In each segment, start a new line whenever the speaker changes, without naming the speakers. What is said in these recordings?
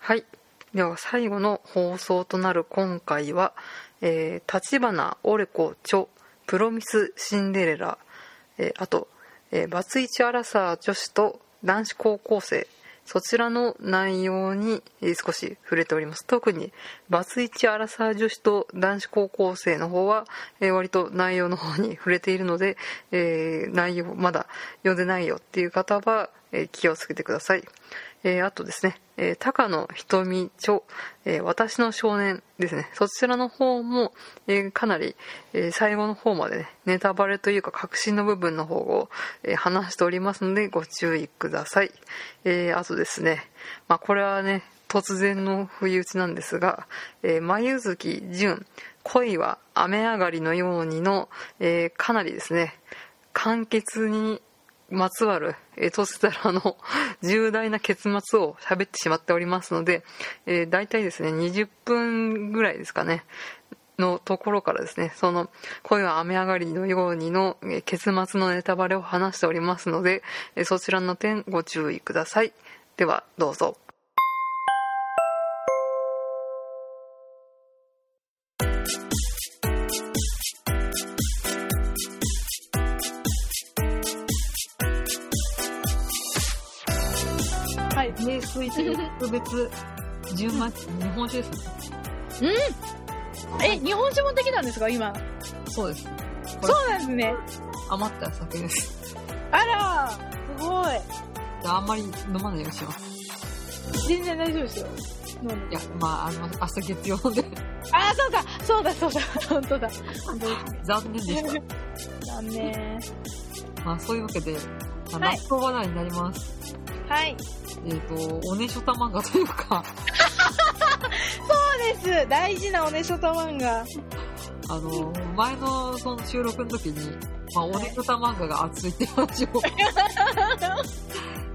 はい。では最後の放送となる今回は、えー、立花オレコ著プロミスシンデレラ、えーあと、えーバツイチアラサー女子と男子高校生、そちらの内容にえー少し触れております。特にバツイチアラサー女子と男子高校生の方は、えー割と内容の方に 触れているので、えー内容まだ読んでないよっていう方は、えー気をつけてください。えーあとですね、えー高野瞳著、えー私の少年ですね、そちらの方も、えーかなり、えー最後の方までね、ネタバレというか革新の部分の方を、えー話しておりますのでご注意ください。えーあとですね、まあこれはね、突然の不意打ちなんですが、えー、眉月純、恋は雨上がりのようにの、えーかなりですね、簡潔にまつわる、えー、トスタラの 重大な結末を喋ってしまっておりますので、えー、大体ですね、20分ぐらいですかね、のところからですね、その、恋は雨上がりのようにの、えー結末のネタバレを話しておりますので、えーそちらの点ご注意ください。では、どうぞ。
はい、名水地特別純米日本酒ですね。
え、日本酒持ってきたんですか今。
そうです。
そうなんですね。
余った酒です。
あら、すごい。
あんまり飲まないようにします。
全然大丈夫ですよ。飲ん
い
で。
や、まあ、あの、明日月曜 で、
あー、そうか、そうだ、そうだ、 本当だ。本当
残念でし
残念。
た。まあ、そういうわけで、まあ、
はい
ラップ話になります。
はい。
えっ、と、おねしょた漫画というか、
そうです。大事なおねショタ漫画。
あの、前のその収録の時に、まあ、おねしょた漫画が熱いって話を。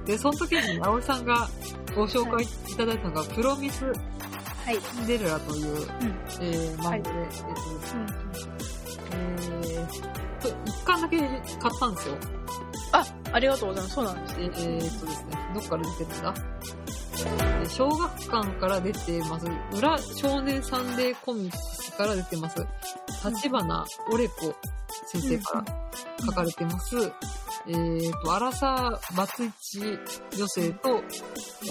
で、その時に、葵さんがご紹介いただいたのが、プロミス・
はい。
シンデレラという、えー、漫画で、えっ、と、えーと、一巻だけ買ったんですよ。
あ、ありがとうございます。そうなんです。
えー、っとですね、どっから出てるんだで小学館から出てます。裏少年サンデーコミックスから出てます。立花オレコ先生から書かれてます。えー、っと、荒さバツイチ女性と、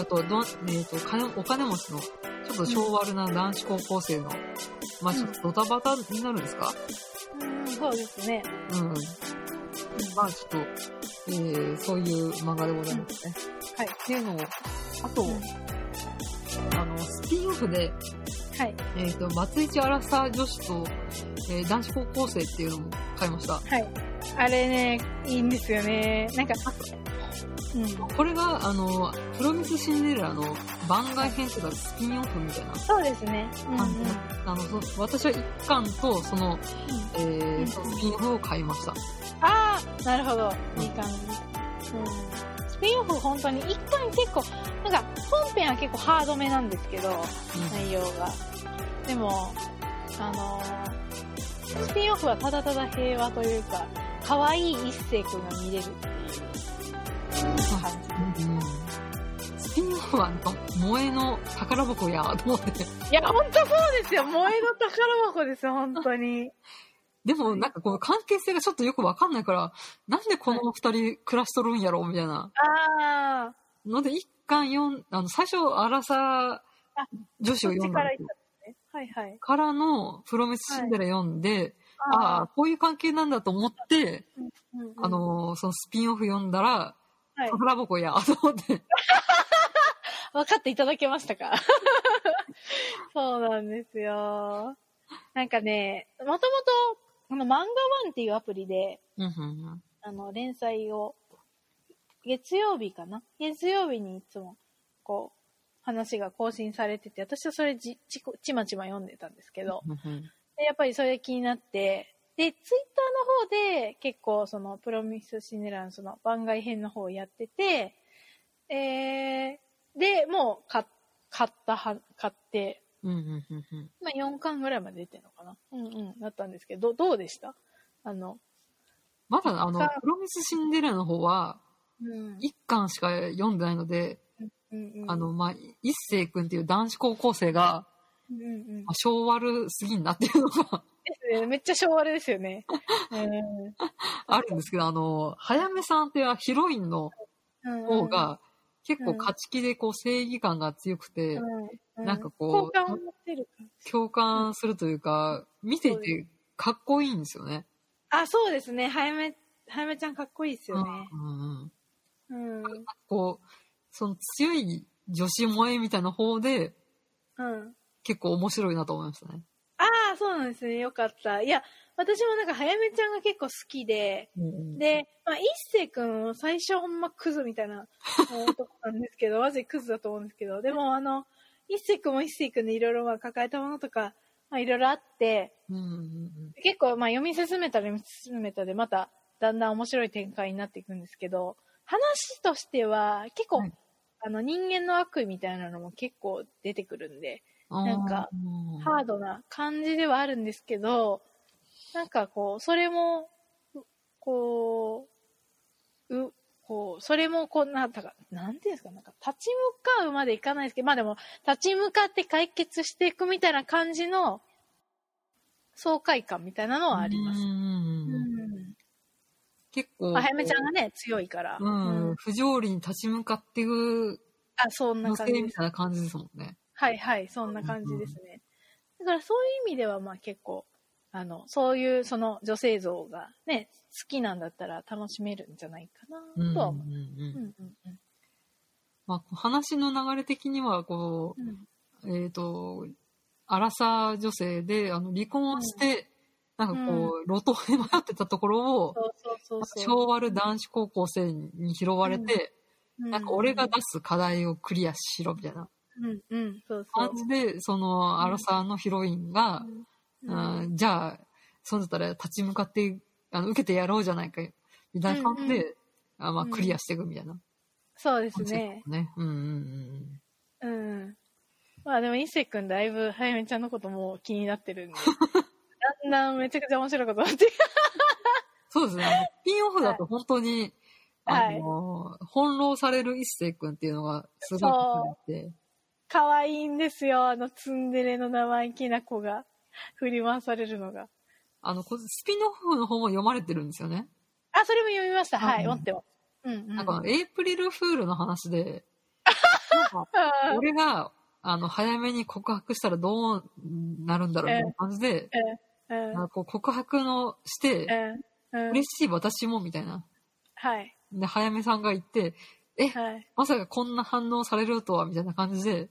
あとはどん、えー、っと、金お金持ちの、ちょっと昭和るな男子高校生の、まあちょっとドタバタになるんですか、
うん、そうですね。
うん。まあちょっと、えー、そういう漫画でございますね。
はい
っていうのを、あと、あの、スピンオフで、
はい。
えっ、と、松市アラサー女子と、えー男子高校生っていうのも買いました。
はい。あれね、いいんですよね。なんか、うん。
これが、あの、プロミスシンデレラの番外編とかスピンオフみたいな
そうですね。うん、
感じの、あの、そ私は一巻と、その、えー
うん
スピンオフを買いました。
ああ、なるほど。いい感じ。うん。スピンオフ本当に一巻結構、なんか本編は結構ハードめなんですけど、
うん
内容が。でも、あのースピンオフはただただ平和というか、可愛い一星君が見れるっていう感じ。
うんスピンオフは、なんか萌えの宝箱や、と思って。
いや、本当そうですよ。萌えの宝箱ですよ、本当に。
でも、なんかこの関係性がちょっとよくわかんないから、なんでこの二人暮らしとるんやろみたいな。
ああ、
ので、一巻読ん、あの、最初、アラサー女子
そ
を
っ
読
ち
ん
か
だ
ら行ったんですね。はいはい。
からの、プロミスシンデレラ読んで、ああ、こういう関係なんだと思って、
うんうん
あ、のー、そのスピンオフ読んだら、
はい。
宝箱や、と思って。
分かっていただけましたか そうなんですよ。なんかね、もともと、この漫画ワンっていうアプリで、
うんうん
あの、連載を、月曜日かな月曜日にいつも、こう、話が更新されてて、私はそれじちこちまちま読んでたんですけど、
うんうん
でやっぱりそれ気になって、で、ツイッターの方で結構そのプロミスシンデレラのその番外編の方をやってて、えー、で、もう買っ買ったは、買って、
うんうんうんうん
まあ4巻ぐらいまで出てるのかなうんうん、だったんですけど、どどうでしたあの、
まだ、あの
さあ、
プロミスシンデレラの方は、
うん。
一巻しか読んでないので、
うんうん
あの、まあ、一星くんっていう男子高校生が、
うんうん
まあ、性悪すぎんなっていうのが
ですねめっちゃ昭和ですよね。 うん
あるんですけど、あの、早めさんっていうヒロインの
うん
方、が、結構勝ち気でこう正義感が強くて、
う
なんかこう
好感を持ってるか
共感するというか、見ていてかっこいいんですよね。
あ、そうですね。早め、早めちゃんかっこいいですよね。
うんうん、
うん。うん。
こう、その強い女子萌えみたいな方で、結構面白いなと思いましたね。
ああ、そうなんですね。よかった。いや、私もなんか早めちゃんが結構好きで、で、まあ、一星くんは最初ほんまクズみたいなもう男なんですけど、 マジでクズだと思うんですけど、でもあの、一星くんも一星くんでいろいろまあ抱えたものとか、まあいろいろあって、
うんうんうん
結構まあ読み進めたら読み進めたでまただんだん面白い展開になっていくんですけど、話としては結構、
はい
あの人間の悪意みたいなのも結構出てくるんで、
うん
なんか、
うん
ハードな感じではあるんですけど、なんかこう、それも、こう、う、こう、それもこう、なんだか、なんていうんですか、なんか、立ち向かうまでいかないですけど、まあでも、立ち向かって解決していくみたいな感じの、爽快感みたいなのはあります。
う
うん
うんうん
ん。
結構、
まあ、はやめちゃんがね、強いから。
うん
うん
不条理に立ち向かっていく
あ、そんな
女性
感じです
み。たいな感じですもんね。
はいはい、そんな感じですね。だからそういう意味では、まあ結構、あの、そういうその女性像がね、好きなんだったら楽しめるんじゃないかな、とは思う。
うんうん
う
うんん
うんうん
まあこう、話の流れ的には、こ
うん
う、えっ、と、アラサー女性で、あの、離婚をして、なんかこう、路頭で迷ってたところを
そ、うそうそうそう。
昭和る男子高校生に拾われて、なんか俺が出す課題をクリアしろみたいな
うんうん、そうそう
感。じで、そのアラサーのヒロインが、
うん
うんじゃあ、そうだったら立ち向かって、あの、受けてやろうじゃないか、みたいな感じで、
うん
あまあ、
うん
クリアしていくみたいな
そうです
感じ
ね。
ね。うんうんうん
うん。まあでも、伊勢くんだいぶ、早めちゃんのこともう気になっ てるんで、だんだんめちゃくちゃ面白いことになって
そうですね。 あのスピンオフだと本当に、
はい
あの、翻弄される一星くんっていうのがすごい出てきて、
可愛いんですよ、あのツンデレの生意気な子が、振り回されるのが。
あの、こスピンオフの方も読まれてるんですよね。
あ、それも読みました。はい、
うん
持ってます。うんうん。
なんか、エイプリルフールの話 で、なんか
うん
俺が、あの、早めに告白したらどうなるんだろうみたいな感じで、
うん
なんかこう告白のして、
うんうん
嬉しい私もみたいな。
はい。
で、早めさんが言って、え、
はい。
まさかこんな反応されるとは、みたいな感じで、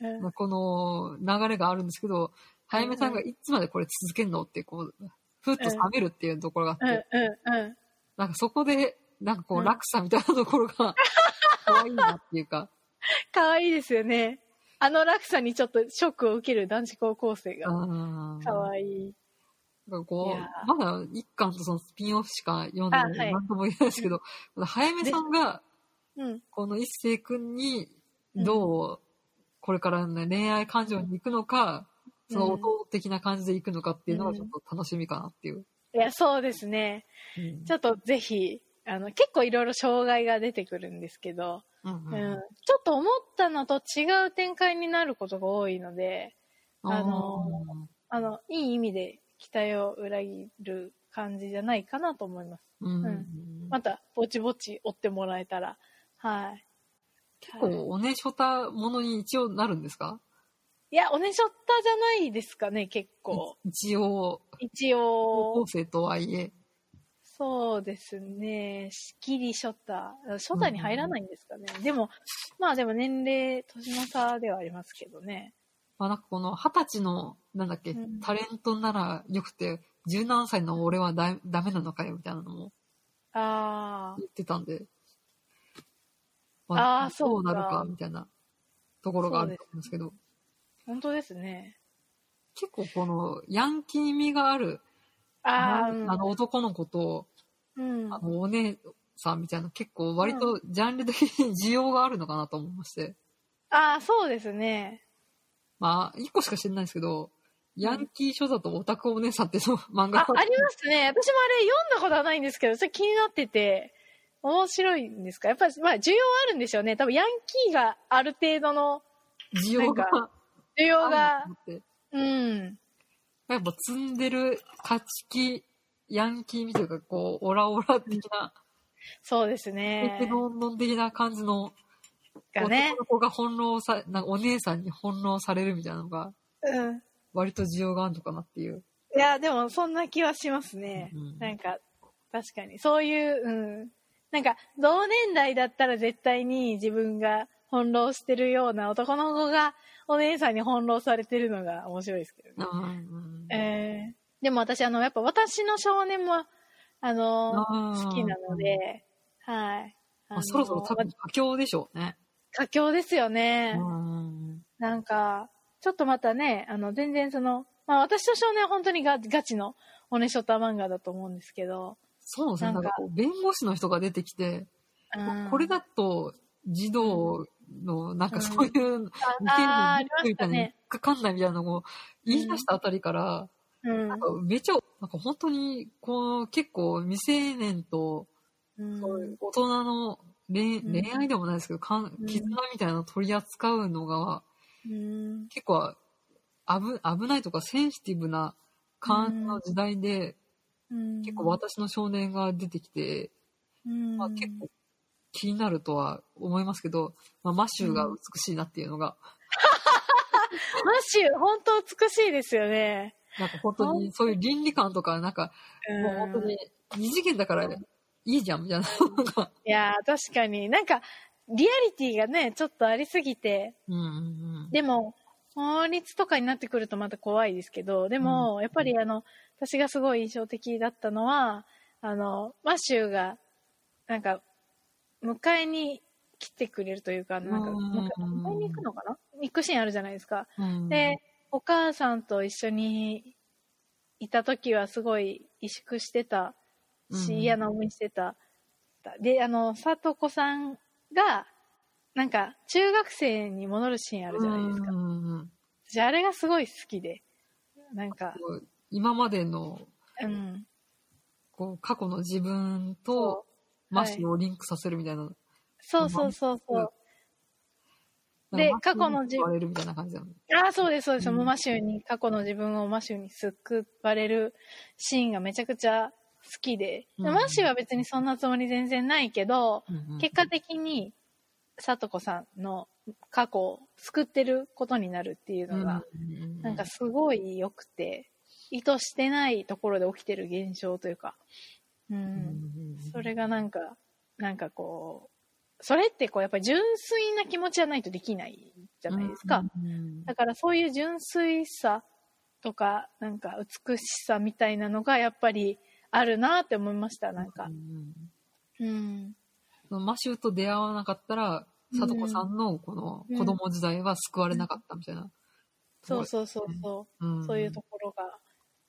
うん
まあこの流れがあるんですけど、早めさんがいつまでこれ続けんのって、こう、ふっと冷めるっていうところがあ
うん
って、
うんうん。
なんかそこで、なんかこ
う
う、
ん
落差みたいなところ が、可愛いなっていうか、
可愛いですよね。あの落差にちょっとショックを受ける男子高校生
う
が。
ん。
可愛い。
なんかこ
いや
う、まだ一巻とそのスピンオフしか読んでない
あはい
なんとも言えないですけど、早めさんが、
うん。
この一星くんに、どう、これからの恋愛感情に行くのか、
うん
その音的な感じで行くのかっていうのがちょっと楽しみかなっていう。
いや、そうですね。
うん
ちょっとぜひ、あの、結構いろいろ障害が出てくるんですけど、
うん
う。
うんんうん
ちょっと思ったのと違う展開になることが多いので、あのあの、いい意味で期待を裏切る感じじゃないかなと思います。
うん
うんまた、ぼちぼち追ってもらえたら。はい。
結構、おねしょたものに一応なるんですか
いや、おねしょったじゃないですかね、結構。
一応、
一
高
応
校、生とはいえ。
そうですね、しっきりしょった。しょったに入らないんですかね。でも、まあでも年齢、年の差ではありますけどね。
まあなんかこの二十歳の、なんだっけ、
うん
タレントならよくて、17歳の俺はだダメなのかよみたいなのも
あ
言ってたんで。
あー
ど
そうう
な
か
るか、みたいなところがあると思うんですけど、
ー、本当ですね。
結構このヤンキー味がある、な
あーうん
んあの男の子と、
うん
あ。のお姉さんみたいな結構割とジャンル的に需要があるのかなと思いまして、
ああ、そうですね。
まあ、一個しか知らないんですけど、ヤンキー書だとオタクお姉 さんっていうの漫画
あ、ありますね。私もあれ読んだことはないんですけど、ちょっと気になってて、面白いんですかやっぱり、まあ、需要あるんでしょうね。多分、ヤンキーがある程度の
需要が
なん需要
あ
が
る、のって。
うん。
やっぱ積んでる勝ち気、ヤンキーみたいな、こう、オラオラ的な、
そうです
ペ
ね
テ。ロンドン的な感じの、
がね
男。の子が翻弄さ、なんかお姉さんに翻弄されるみたいなのが、
うん。
割と需要があるのかなっていう。
いや、でも、そんな気はしますね。
うん
なんか、確かに。そういう、うん。なんか、同年代だったら絶対に自分が翻弄してるような男の子が、お姉さんに翻弄されてるのが面白いですけどね。
うん
えーでも私、あの、やっぱ私の少年も、あの、
あー
好きなので、はい。あ
ま
の
あ、そろそろ多分、佳境でしょうね。
佳境ですよね。
うん
なんか、ちょっとまたね、あの、全然その、まあ私と少年は本当にガガチのオネショタ漫画だと思うんですけど、
そうですね。な
な
んん
か
かこう、弁護士の人が出てきて、
うん
これだと、児童の、なんかそういう、似て
あーあり
る
まし
みた
た
いな、引
ね
っ。かかんないみたいなのを言い出したあたりから、
うん
なん。かめちゃ、なんか本当に、こう、結構未成年と、
うん
そういう大人の恋,、
うん
恋愛でもないですけど、かん
うん
絆みたいなのを取り扱うのが、
うん
結構危、危ないとかセンシティブな感じの時代で、
うん
結構私の少年が出てきて、
うん
まあ、結構気になるとは思いますけど、まあ、マシューが美しいなっていうのが、
マッシュ、本当美しいですよね。
なんか本当にそういう倫理観とか、なんか
うん
もう本当に二次元だからいいじゃんみたいなのが。
いやー、確かに。なんか、リアリティがね、ちょっとありすぎて、
うんうん
でも、法律とかになってくるとまた怖いですけど、でも、やっぱりあの、私がすごい印象的だったのは、あの、マシューが、なんか、迎えに来てくれるというか、なんか、
うん
なんか迎えに行くのかな行くシーンあるじゃないですか。
うん。
で、お母さんと一緒にいた時はすごい萎縮してた
う
し、
ん
嫌な思いしてた。で、あの、里子さんが、なんか、中学生に戻るシーンあるじゃないですか。
うんうんうん
私、あれがすごい好きで。なんか、
こう今までの
うん。
こう過去の自分とマシューをリンクさせるみたいな。
そうそうそうそう。
なんか
で
マシュー
過去の自
に救
分
われるみたいな感じだもん
ああ、そうです、そうです。
うん
もうマシューに、過去の自分をマシューに救われるシーンがめちゃくちゃ好きで。で
うん
マシューは別にそんなつもり全然ないけど、
うんうん
結果的に、さとこさんの過去を救ってることになるっていうのが、
うんうんうん
なんかすごい良くて、意図してないところで起きてる現象というか、うん。
うん
それがなんか、なんかこう、それってこうやっぱり純粋な気持ちじゃないとできないじゃないですか。。
うんうん
だからそういう純粋さとか、なんか美しさみたいなのがやっぱりあるなって思いました、なんか
う。ん
うん。
うんマシューと出会わなかったら、さとこさんのこの子供時代は救われなかったみたいな。
そうそうそうそう。
うん
そういうところが、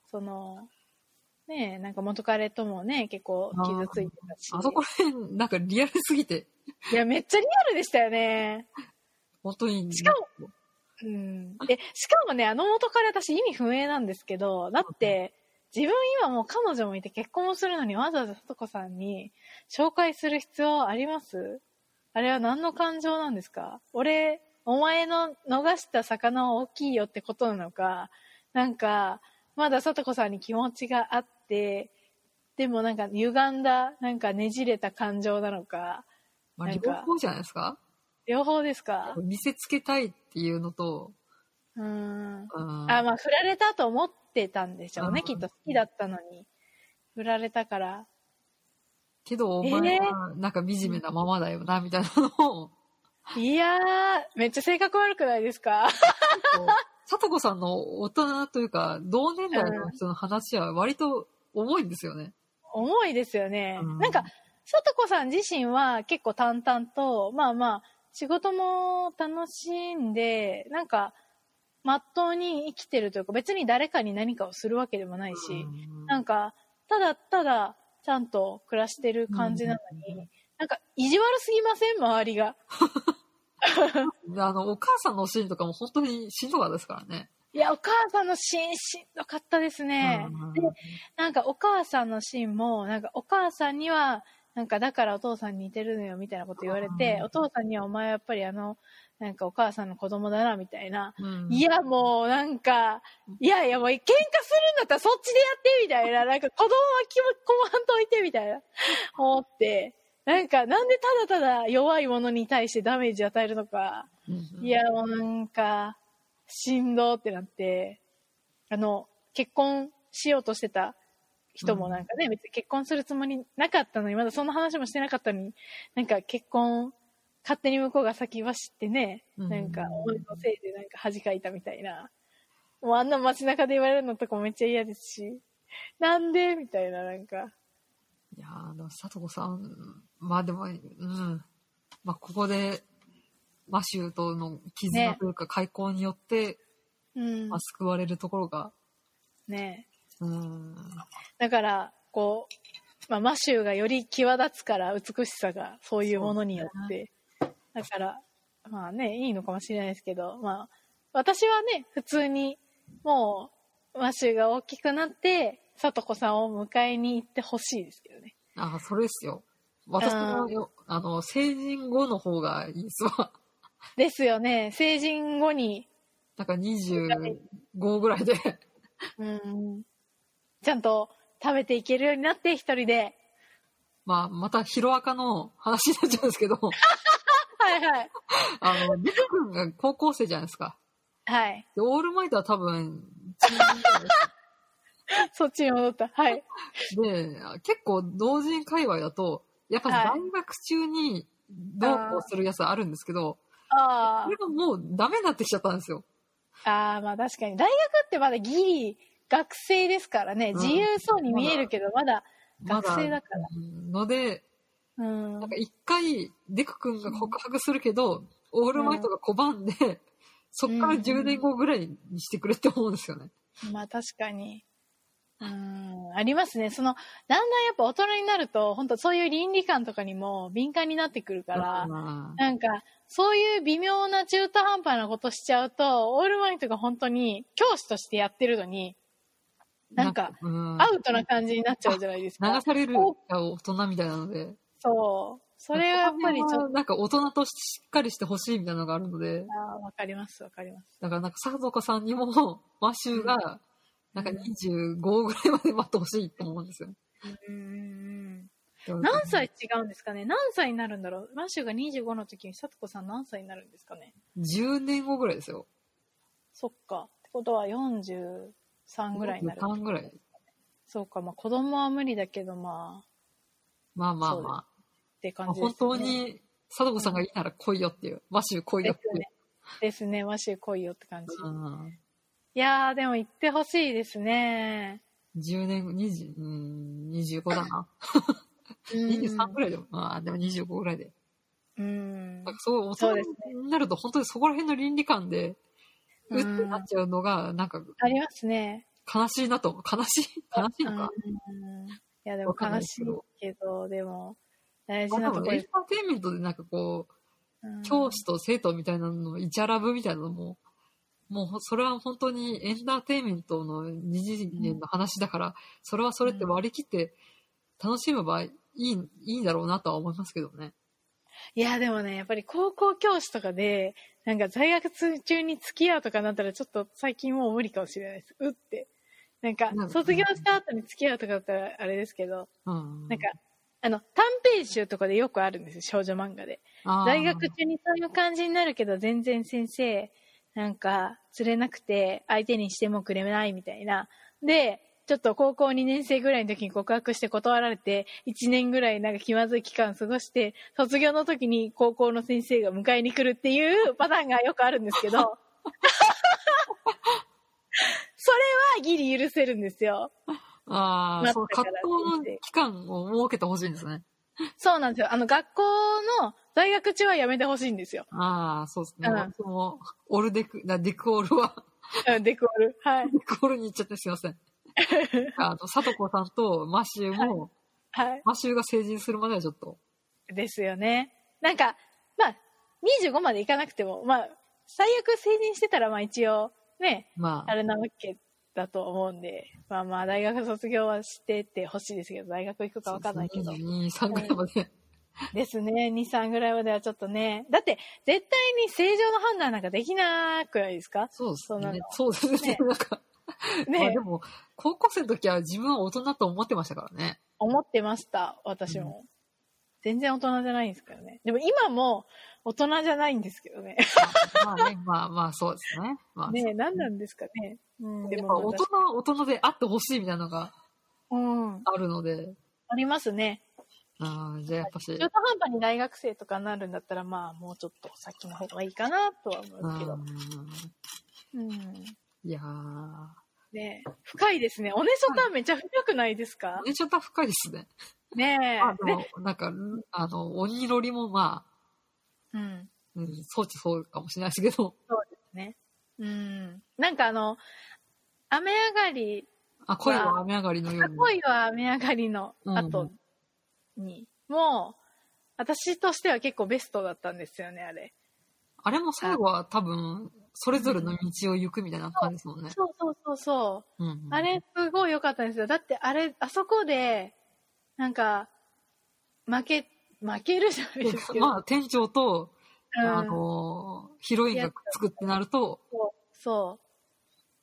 その、ねえ、なんか元彼ともね、結構傷ついてたし。
あそこら辺、なんかリアルすぎて、
いや、めっちゃリアルでしたよね。
本当に。
しかも、うん。で、しかもね、あの元彼私意味不明なんですけど、だって、自分今もう彼女もいて結婚もするのにわざわざさとこさんに紹介する必要ありますあれは何の感情なんですか俺、お前の逃した魚は大きいよってことなのか、なんか、まださとこさんに気持ちがあって、でもなんか歪んだ、なんかねじれた感情なのか、
まあ、
なん
両
か
方じゃないですか
両方ですか
見せつけたいっていうのと、
うー
う
ん。
ん
あ、まあ、振られたと思ってたんでしょうね、
うん
きっと。好きだったのに。振られたから。
けどお前はなんか惨めなままだよな、みたいなのを、
いやー、めっちゃ性格悪くないですか
さとこさんの大人というか、同年代の人の話は割と重いんですよね。
重いですよね。
うん
なんか、さとこさん自身は結構淡々と、まあまあ、仕事も楽しんで、なんか、まっとうに生きてるというか、別に誰かに何かをするわけでもないし、
うん
なんか、ただただ、ちゃんと暮らしてる感じなのに、なんか、意地悪すぎません周りが。
あの、お母さんのシーンとかも本当にしんどかったですからね。
いや、お母さんのシーンしんどかったですね。
うん
でなんかお母さんのシーンも、なんかお母さんには、なんかだからお父さんに似てるのよみたいなこと言われて、お父さんにはお前はやっぱりあの、なんかお母さんの子供だなみたいな。
うん
いや、もうなんか、いやいや、もう喧嘩するんだったらそっちでやってみたいな。なんか子供は気も、こまんといてみたいな。思って。なんか、なんでただただ弱いものに対してダメージ与えるのか。いや、もうなんか、しんどってなって、あの、結婚しようとしてた人もなんかね、別に結婚するつもりなかったのに、まだそんな話もしてなかったのに、なんか結婚、勝手に向こうが先走ってね、
うん
なんか、俺のせいでなんか恥かいたみたいな。もうあんな街中で言われるのとかめっちゃ嫌ですし、なんでみたいな、なんか。
いやー、でも、さとこさん、まあでも、うん。まあ、ここで、マシューとの絆というか、開口によって、
うん
まあ、。救われるところが、
ね
うん。
だから、こう、まあ、マシューがより際立つから、美しさが、そういうものによって。だから、まあね、いいのかもしれないですけど、まあ、私はね、普通に、もう、マシューが大きくなって、さとこさんを迎えに行ってほしいですけどね。
あ、それですよ。私もよ、あの、成人後の方がいいですわ。
ですよね、成人後に、
なんか25ぐらいで、
うん、ちゃんと食べていけるようになって、一人で。
まあ、またヒロアカの話になっちゃうんですけ ど、
はいはい。
あの、リク君が高校生じゃないですか。
はい。
で、オールマイトは多分、
そっちに戻った。はい。
で、結構同人界隈だと、やっぱ
はい
大学中にどうこうするやつあるんですけど、
あ
これがもうダメになってきちゃったんですよ。
あ。ああ、まあ確かに。大学ってまだギリ学生ですからね。
うん
自由そうに見えるけど、まだ
ま
学生だから。
うんので、
うん
なん。か一回、デク君が告白するけど、オールマイトが拒んで、そっから10年後ぐらいにしてくれって思うんですよね。
まあ確かに。うん。ありますね。その、だんだんやっぱ大人になると、本当そういう倫理観とかにも敏感になってくるから、
うん
なんか、そういう微妙な中途半端なことしちゃうと、オールマイトが本当に教師としてやってるのに、なんか、
うん
アウトな感じになっちゃうじゃないです
流
か。
されるが大人みたいなので。
そう。それはやっぱりちょっと、
なんか大人としてしっかりしてほしいみたいなのがあるので、
あーわかります、わかります。
だからなんかさぞかさんにも、マシューが、なんか25ぐらいまで待ってほしいと思うんですよ。
うん。何歳違うんですかね何歳になるんだろうマッシュが25の時に、さとこさん何歳になるんですかね
?10 年後ぐらいですよ。
そっか。ってことは43ぐらいになる。
3ぐらい。
そうか、まあ子供は無理だけど、まあ、
まあまあ
そうです
ま
って
あ。
感じです、
本
ね。
当に、さとこさんがいいなら来いよっていう。マシュー来いよっ
です
ていう。
ね。ですね、マッシュ来いよって感じ。
うん
いやー、でも行ってほしいですね。
10年後、20、うん、25だな。
うん
23ぐらいでも、まあでも25ぐらいで。
うん
なん。かそう、大
そ
人
うです
になると本当にそこら辺の倫理観で、う
う
っ
ん
てなっちゃうのが、なんか
ありますね。
悲しいなと思う。悲しい悲しいのか。
うんいや、で
わ
も
かんない
悲
で
し
す
い
けど
けど、でも、大
ま
事
あ
な
多
とこ
分エン
で、
ターテインメントでなんかこ
うん
う、教師と生徒みたいなののイチャラブみたいなのも、もうそれは本当にエンターテインメントの二次元の話だから、それはそれって割り切って楽しめばいい、いいんだろうなとは思いますけどね。
いや、でもね、やっぱり高校教師とかで、なんか在学中に付き合うとかなったら、ちょっと最近もう無理かもしれないです。うって。なんか
う、ん
卒業した後に付き合うとかだったら、あれですけど、
うん。
なんか、あの、短編集とかでよくあるんですよ、少女漫画で。
あー
在学中にそういう感じになるけど、全然先生、なんか、釣れなくて、相手にしてもくれないみたいな。で、ちょっと高校2年生ぐらいの時に告白して断られて、1年ぐらいなんか気まずい期間過ごして、卒業の時に高校の先生が迎えに来るっていう パターンがよくあるんですけど、そ れはギリ許せるんですよ。
ああ、
なった
その
から
葛藤の期間を設けてほしいんですね。
そうなんですよ。あの、学校の在学中はやめてほしいんですよ。
ああ、そうですね。
うん
私も、オルデク、なデクオルは、
うんデコール。はい。
デクオルに行っちゃってすいませ ん。あの、さとこさんとマシューも、
はい。
マシューが成人するまではちょっと、
ですよね。なんか、まあ、25までいかなくても、まあ、最悪成人してたら、まあ一応、ね、
ま
あ
あ、
れなわけだと思うんで、まあまあ大学卒業はしてってほしいですけど、大学行くかわかんないけど。
2、3ぐらいまで。
ですね。2、3ぐらいまではちょっとね。だって、絶対に正常の判断なんかできなくないですか
そうです
そうなの
ね。そうですね。
ね
なんか、まあ
ね
で、も、高校生の時は自分は大人と思ってましたからね。
思ってました、私も。全然大人じゃないんですけどね。でも今も大人じゃないんですけどね。
まあね、まあまあそうですね。まあ、
ね何なんですかね。うん、
で
で
も
も
大人は大人であってほしいみたいなのが
うん。
あるので、
ありますね。
あーじゃあやっぱし
中、途半端に大学生とかになるんだったら、まあ、もうちょっと先の方がいいかなと
う
は思うけど。
ん、
うん。
いや
ねえ深いですね。おねそたんめちゃ深くないですか
ー、めちゃ高いですね。
ねえ。
まあで
ね
も、なんか、あの、鬼ロリもまあ、
うん。
うん、装置そうかもしれないですけど、
ね。うん。なんかあの、雨上がり、
あ、恋は雨上がりのように。
恋は雨上がりの後に、もう、私としては結構ベストだったんですよね、あれ。
あれも最後は多分、それぞれの道を行くみたいな感じですもんね。
そうそうそうそう。
うんうん
あれ、すごい良かったんですよ。だって、あれ、あそこで、なんか、負け、負けるじゃないですけど。
まあ、店長と、
うん
あの、ヒロインがくっつくってなると、
そ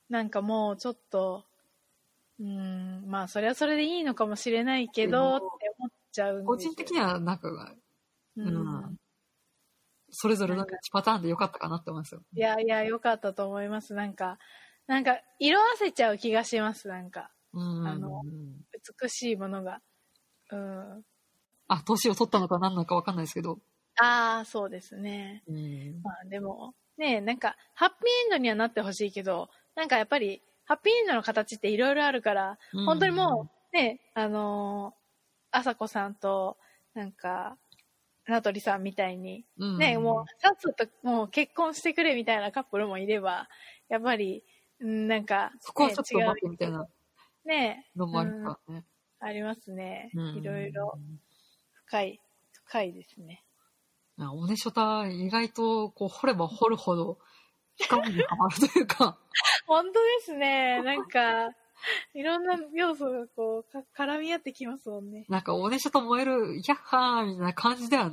う。なんかもう、ちょっと、うーん、まあ、それはそれでいいのかもしれないけど、
うん
って思っちゃうんですよ
個人的にはなんか、
う
うん
ん。
それぞれの道パターンで良かったかなって思いますよ。
いやいや、良かったと思います。なんか、なんか、色あせちゃう気がします。なんか、
うん。
あの美しいものが。うん。
あ、年を取ったのか何なのか分かんないですけど。
ああ、そうですね。
うん。
まあでも、ねえ、なんか、ハッピーエンドにはなってほしいけど、なんかやっぱり、ハッピーエンドの形っていろいろあるから、
うん
本当にもう、ねえ、あのー、あさこさんと、なんか、なとりさんみたいに、
うん
ねえ、もう、さっさともう結婚してくれみたいなカップルもいれば、やっぱり、うんなんか、
そこはちょっと
ねえ違
待
う
ってみたいな
ねえ
のもあるからね。
ありますね
うん。
いろいろ、。深い、深いですね。
あおねしょた、意外と、こう、掘れば掘るほど、深みにはまるという か、
本当です ね。なんか、いろんな要素がこう、か絡み合ってきますもんね。
なんか、おねしょと燃える、やっはーみたいな感じでは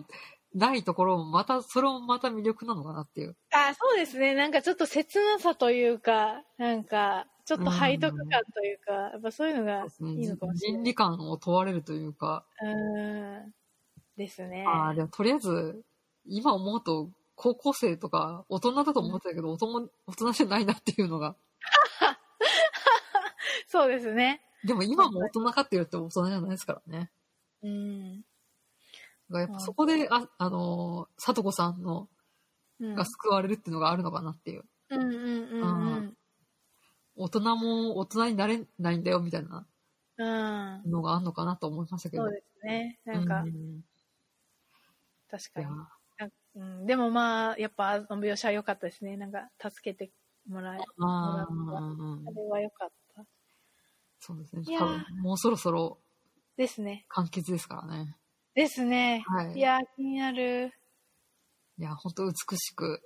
ないところも、また、それもまた魅力なのかなっていう。
あそうですね。なんかちょっと切なさというか、なんか、ちょっと背徳感というか、やっぱそういうのがいいのかもしれ
倫
ない。
理観を問われるというか、
うん。ですね。
ああ、でもとりあえず、今思うと、高校生とか、大人だと思ってたけど、大人、大人じゃないなっていうのが。
そうですね。
でも今も大人かって言うと大人じゃないですからね。
うん。
だからやっぱそこで、あ、あのー、さとこさんの、
うん。
が救われるっていうのがあるのかなっていう。
うんうんうん
大人も大人になれないんだよみたいな
うん。うん。
のがあるのかなと思いましたけど。
そうですね。なんか
う、ん
確
い
か
や
に。なんかうん、でもまあ、やっぱ、あの描写は良かったですね。なんか、助けてもらえ、
あー
もらっ
うん
たあれは良かった。
そうですね。
いや
多分、もうそろそろ
ですね。
完結ですからね。
ですね。
はい。
いやー、気になる。
いや、本当美しく。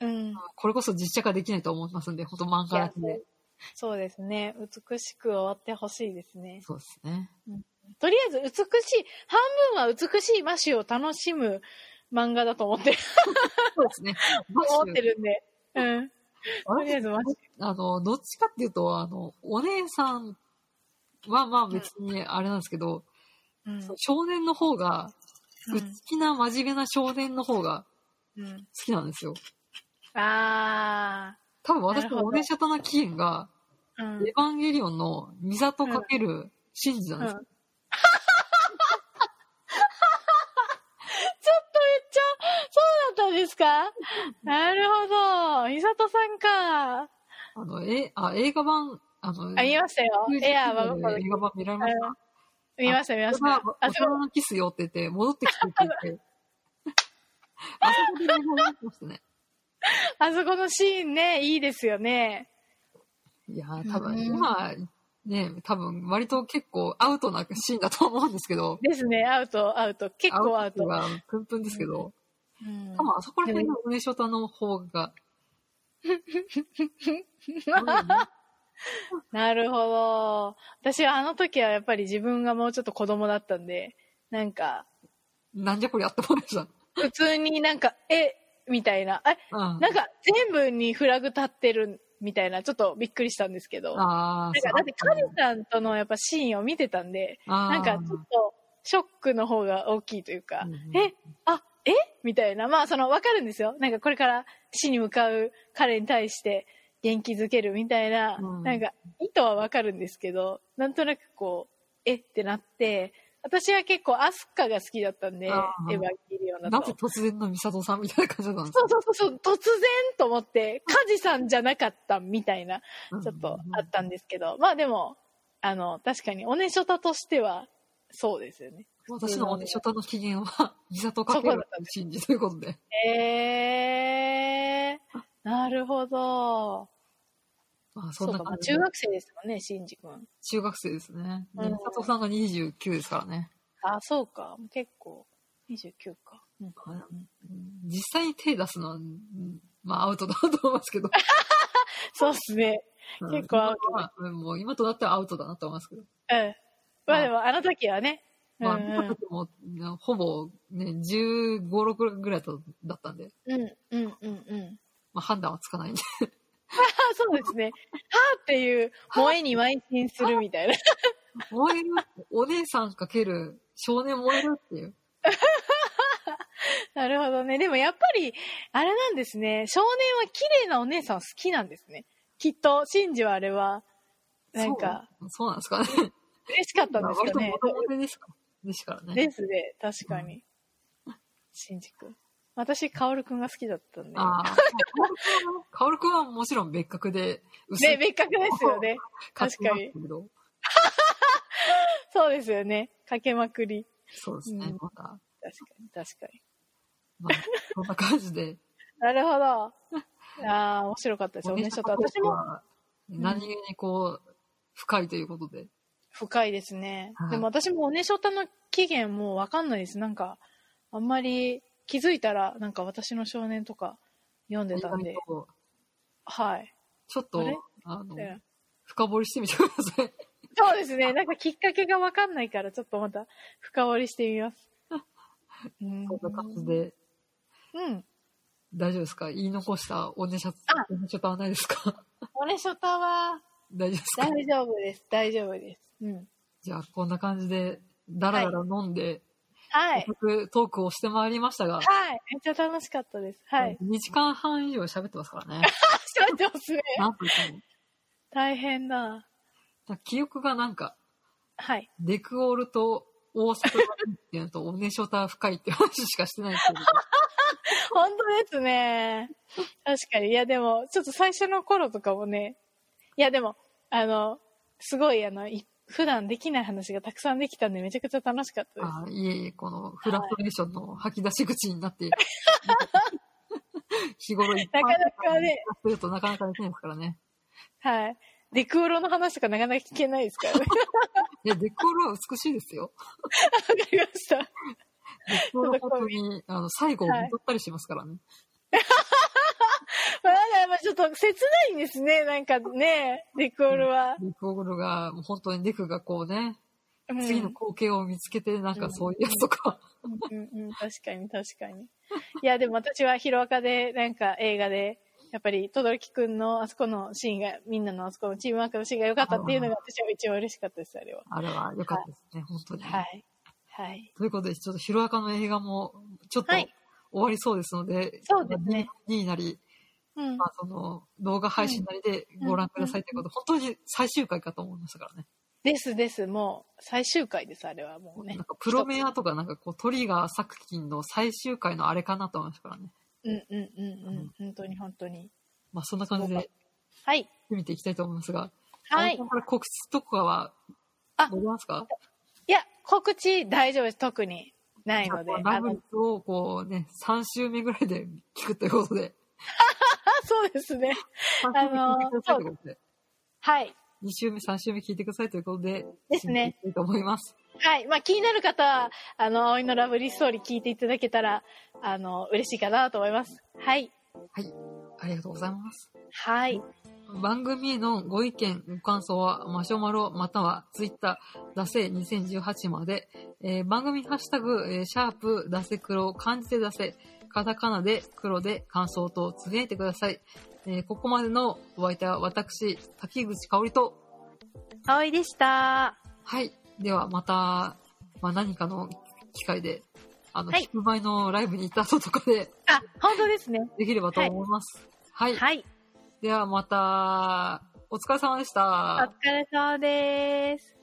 うん。
これこそ実写化できないと思いますんで、本当漫画だけ
いや
で。
そうですね。美しく終わってほしいですね。
そうですね。
とりあえず、美しい、半分は美しいマシュを楽しむ漫画だと思 って、
そうですね。マシュ
思ってるんで。うん。とりあえずマシュ。
あの、どっちかっていうと、あの、お姉さんはまあ別にあれなんですけど、
うん
その少年の方が、
う
好
ん
きな真面目な少年の方が
うん。
好きなんですよ。
あ
多分私
なる
の
ほど
お姉ちゃとの起源が、
ー。うん。
エヴァンゲリオンのミサトかけるシンジなん
うん
です
ち
よ。
ょっとめっちゃ、そうだったんですかなるほど。ひさとさんか。
あの、え、あ、映画版、あの、
あ、見ましたよ。
90
エアーは
で映画版見られました。
見ました、見まし
これは
た。
大
あ、そう
人のキスよって言 って、戻ってきてって言って。あそこで日本語ってましたね。
あそこのシーンね、いいですよね。
いやー、多
う
分
ん
今、ね、多分割と結構アウトなシーンだと思うんですけど、
ですね、アウト、アウト。結構アウ
っていう
ト。
かプンプンですけど、
うん
多分あそこら 辺の梅ショタの方が、
なるほど。私はあの時はやっぱり自分がもうちょっと子供だったんで、なんか、
なんじゃこりゃって思いました。
普通になんか、え、みたいな、え、
うん。
なんか全部にフラグ立ってるみたいな、ちょっとびっくりしたんですけど。なんか
ああ、
だってカリさんとのやっぱシーンを見てたんで、
な
なんかちょっとショックの方が大きいというか、
うんうん
え、あ、えみたいな、まあそのわかるんですよ。なんかこれから死に向かう彼に対して元気づけるみたいな、
うん
なんか意図はわかるんですけど、なんとなくこう、えってなって、私は結構アスカが好きだったんで、エヴ
あー
ァギリオンだ
な
と。
ぜ突然のミサトさんみたいな感じだったんですか
そうそうそうそう、突然と思って、カジさんじゃなかったみたいな、ちょっとあったんですけど、まあでも、あの、確かにおねしょたとしては、そうですよね。
私のおね、初タの機嫌は、ミサトかける信じということで。
えー、なるほど。
まあ、
そ
そん
う
な
か、ま
感
あ、
じ
中。学生ですもんね、シンジ君。
中学生ですね。で
うん
ミサトさんが29ですからね。
あ、そうか。結構、29か。うん
実際に手出すのは、うんまあ、アウトだと思いますけど。
そうっすね。 結構アウト
ト。うんもう今となってはアウトだなと思いますけど。
うん。まあでも、あの時はね。うん
ま
う
あ、ミサト
ん
ってもうほぼね、15、6ぐらいだったんで、
うんうんうんうん。
まあ、判断はつかないんで。
あ、そうですね。は ーっていう、萌えに邁進するみた いな。
燃える、お姉さんかける、少年燃えるっていう。
なるほどね。でもやっぱり、あれなんですね。少年は綺麗なお姉さん好きなんですね。きっと、シンジはあれは、なんか、
そう、そうなんですかね。
嬉しかったんです
割
か
と
ね
モ。テモテですからですからね。
ですね、確かに。シンジ君。私、カオル君が好きだったんで。
ああ。カオルくんはもちろん別格で、薄
ね、別格ですよね。
勝ちます
確
けど。
そうですよね。かけまくり。
そうですね
うん、
また。
確かに、確かに。
まあ、そんな感じ で。
なるほど。ああ、面白かったです。おねしょと。私も
は何気にこう、深いということで。
深いですね
は。い
でも私もおねしょたの期限もうわかんないです。なんか、あんまり気づいたら、なんか私の少年とか読んでたんで
意。外と
はい。
ちょっ
あれ
と、あの
う、ん
深掘りしてみてくださ い。
そうですね。なんかきっかけがわかんないから、ちょっとまた深掘りしてみます。うん
そんな感じで。
うん。
大丈夫ですか言い残したおねしゃ、
あ
おねしゃたはないですか
オレショタは
大丈夫ですか
大丈夫です。大丈夫です。うん。
じゃあ、こんな感じで、だらだら飲んで、
はい。
軽くトークをしてまいりましたが、
はい。めっちゃ楽しかったです。はい。
2時間半以上喋ってますからね。
あ、喋ってますね。
なんと言っても。
大変だ。
だから記憶がなんか、
はい。
デクオールと大阪がいいっていうのと、おねしょた深いっていう話しかしてないっていうのが。
本当ですね。確かに。いや、でも、ちょっと最初の頃とかもね、いや、でも、あの、すごい、あの、い普段できない話がたくさんできたんで、めちゃくちゃ楽しか ったです。
あいえいえ、このフラストレーションの吐き出し口になって、 日頃いっぱい
なかなかね
するとなかなかできないですからね。
はい。デクオロの話とかなかなか聞けないですから ね。
いや、デクオールは美しいですよ。
わかりました。
デクオールは本当に、あの、最後を戻ったりしますからね。
まあ、なんかまあちょっと切ないんですね、なんかね、デクオルは。
デクオールが、もう本当にデクがこうね、
うん
次の光景を見つけて、なんかそういうやつとか、
うんうん、確かに確かに。いや、でも私はヒロアカで、なんか映画で、やっぱり、とどきくんのあそこのシーンが、みんなのあそこのチームワークのシーンが良かったっていうのが私は一番嬉しかったです、あれは。
あれは良かったですね、本当に。
はい。はい。
ということで、ちょっとヒロアカの映画も、ちょっと
は
終
い
わりそうですので、
そうですね
まあ。2位なり、
うん
ま。あ、その、動画配信なりでご覧くださいということで、本当に最終回かと思いましたからね。
ですです、もう、最終回です、あれはもうね
なん。かプロメアとかなんかこう、トリガー作品の最終回のあれかなと思いましたからね。
うんうんうんうん。本当に本当に。
まあ、そんな感じ
そうか
で
はい。
見ていきたいと思いますが、
は
あ
い
のこれ告知とかは、
あ
ございますか
いや、告知大丈夫です、特に。ないので。
ラ
あ
ブ
の
リッをこうね、3週目ぐらいで聞くということで、
あ、そうですね。
3週目聞いてくださいということで、
はい。
2週目、3週目聞いてくださいということで、
ですね。
いいと思います。
はい。まあ、気になる方は、あの、葵のラブリーストーリー聞いていただけたら、あの、嬉しいかなと思います。はい。
はい。ありがとうございます。
はい。
番組へのご意見、ご感想は、マシュマロ、または、ツイッター、ダセ2018まで、えー番組ハッシュタグ、えーシャープ、ダセ黒、漢字でダセ、カタカナで黒で感想とつぶやいてください。えーここまでのお相手は私、滝口香織と、
かわいでした。
はい。ではまた、まあ、何かの機会で、あの、
はい
聞く前のライブに行った後とかで
あ、本当ですね。
できればと思います。はい。
はい。
ではまた、お疲れ様でした。
お疲れ様です。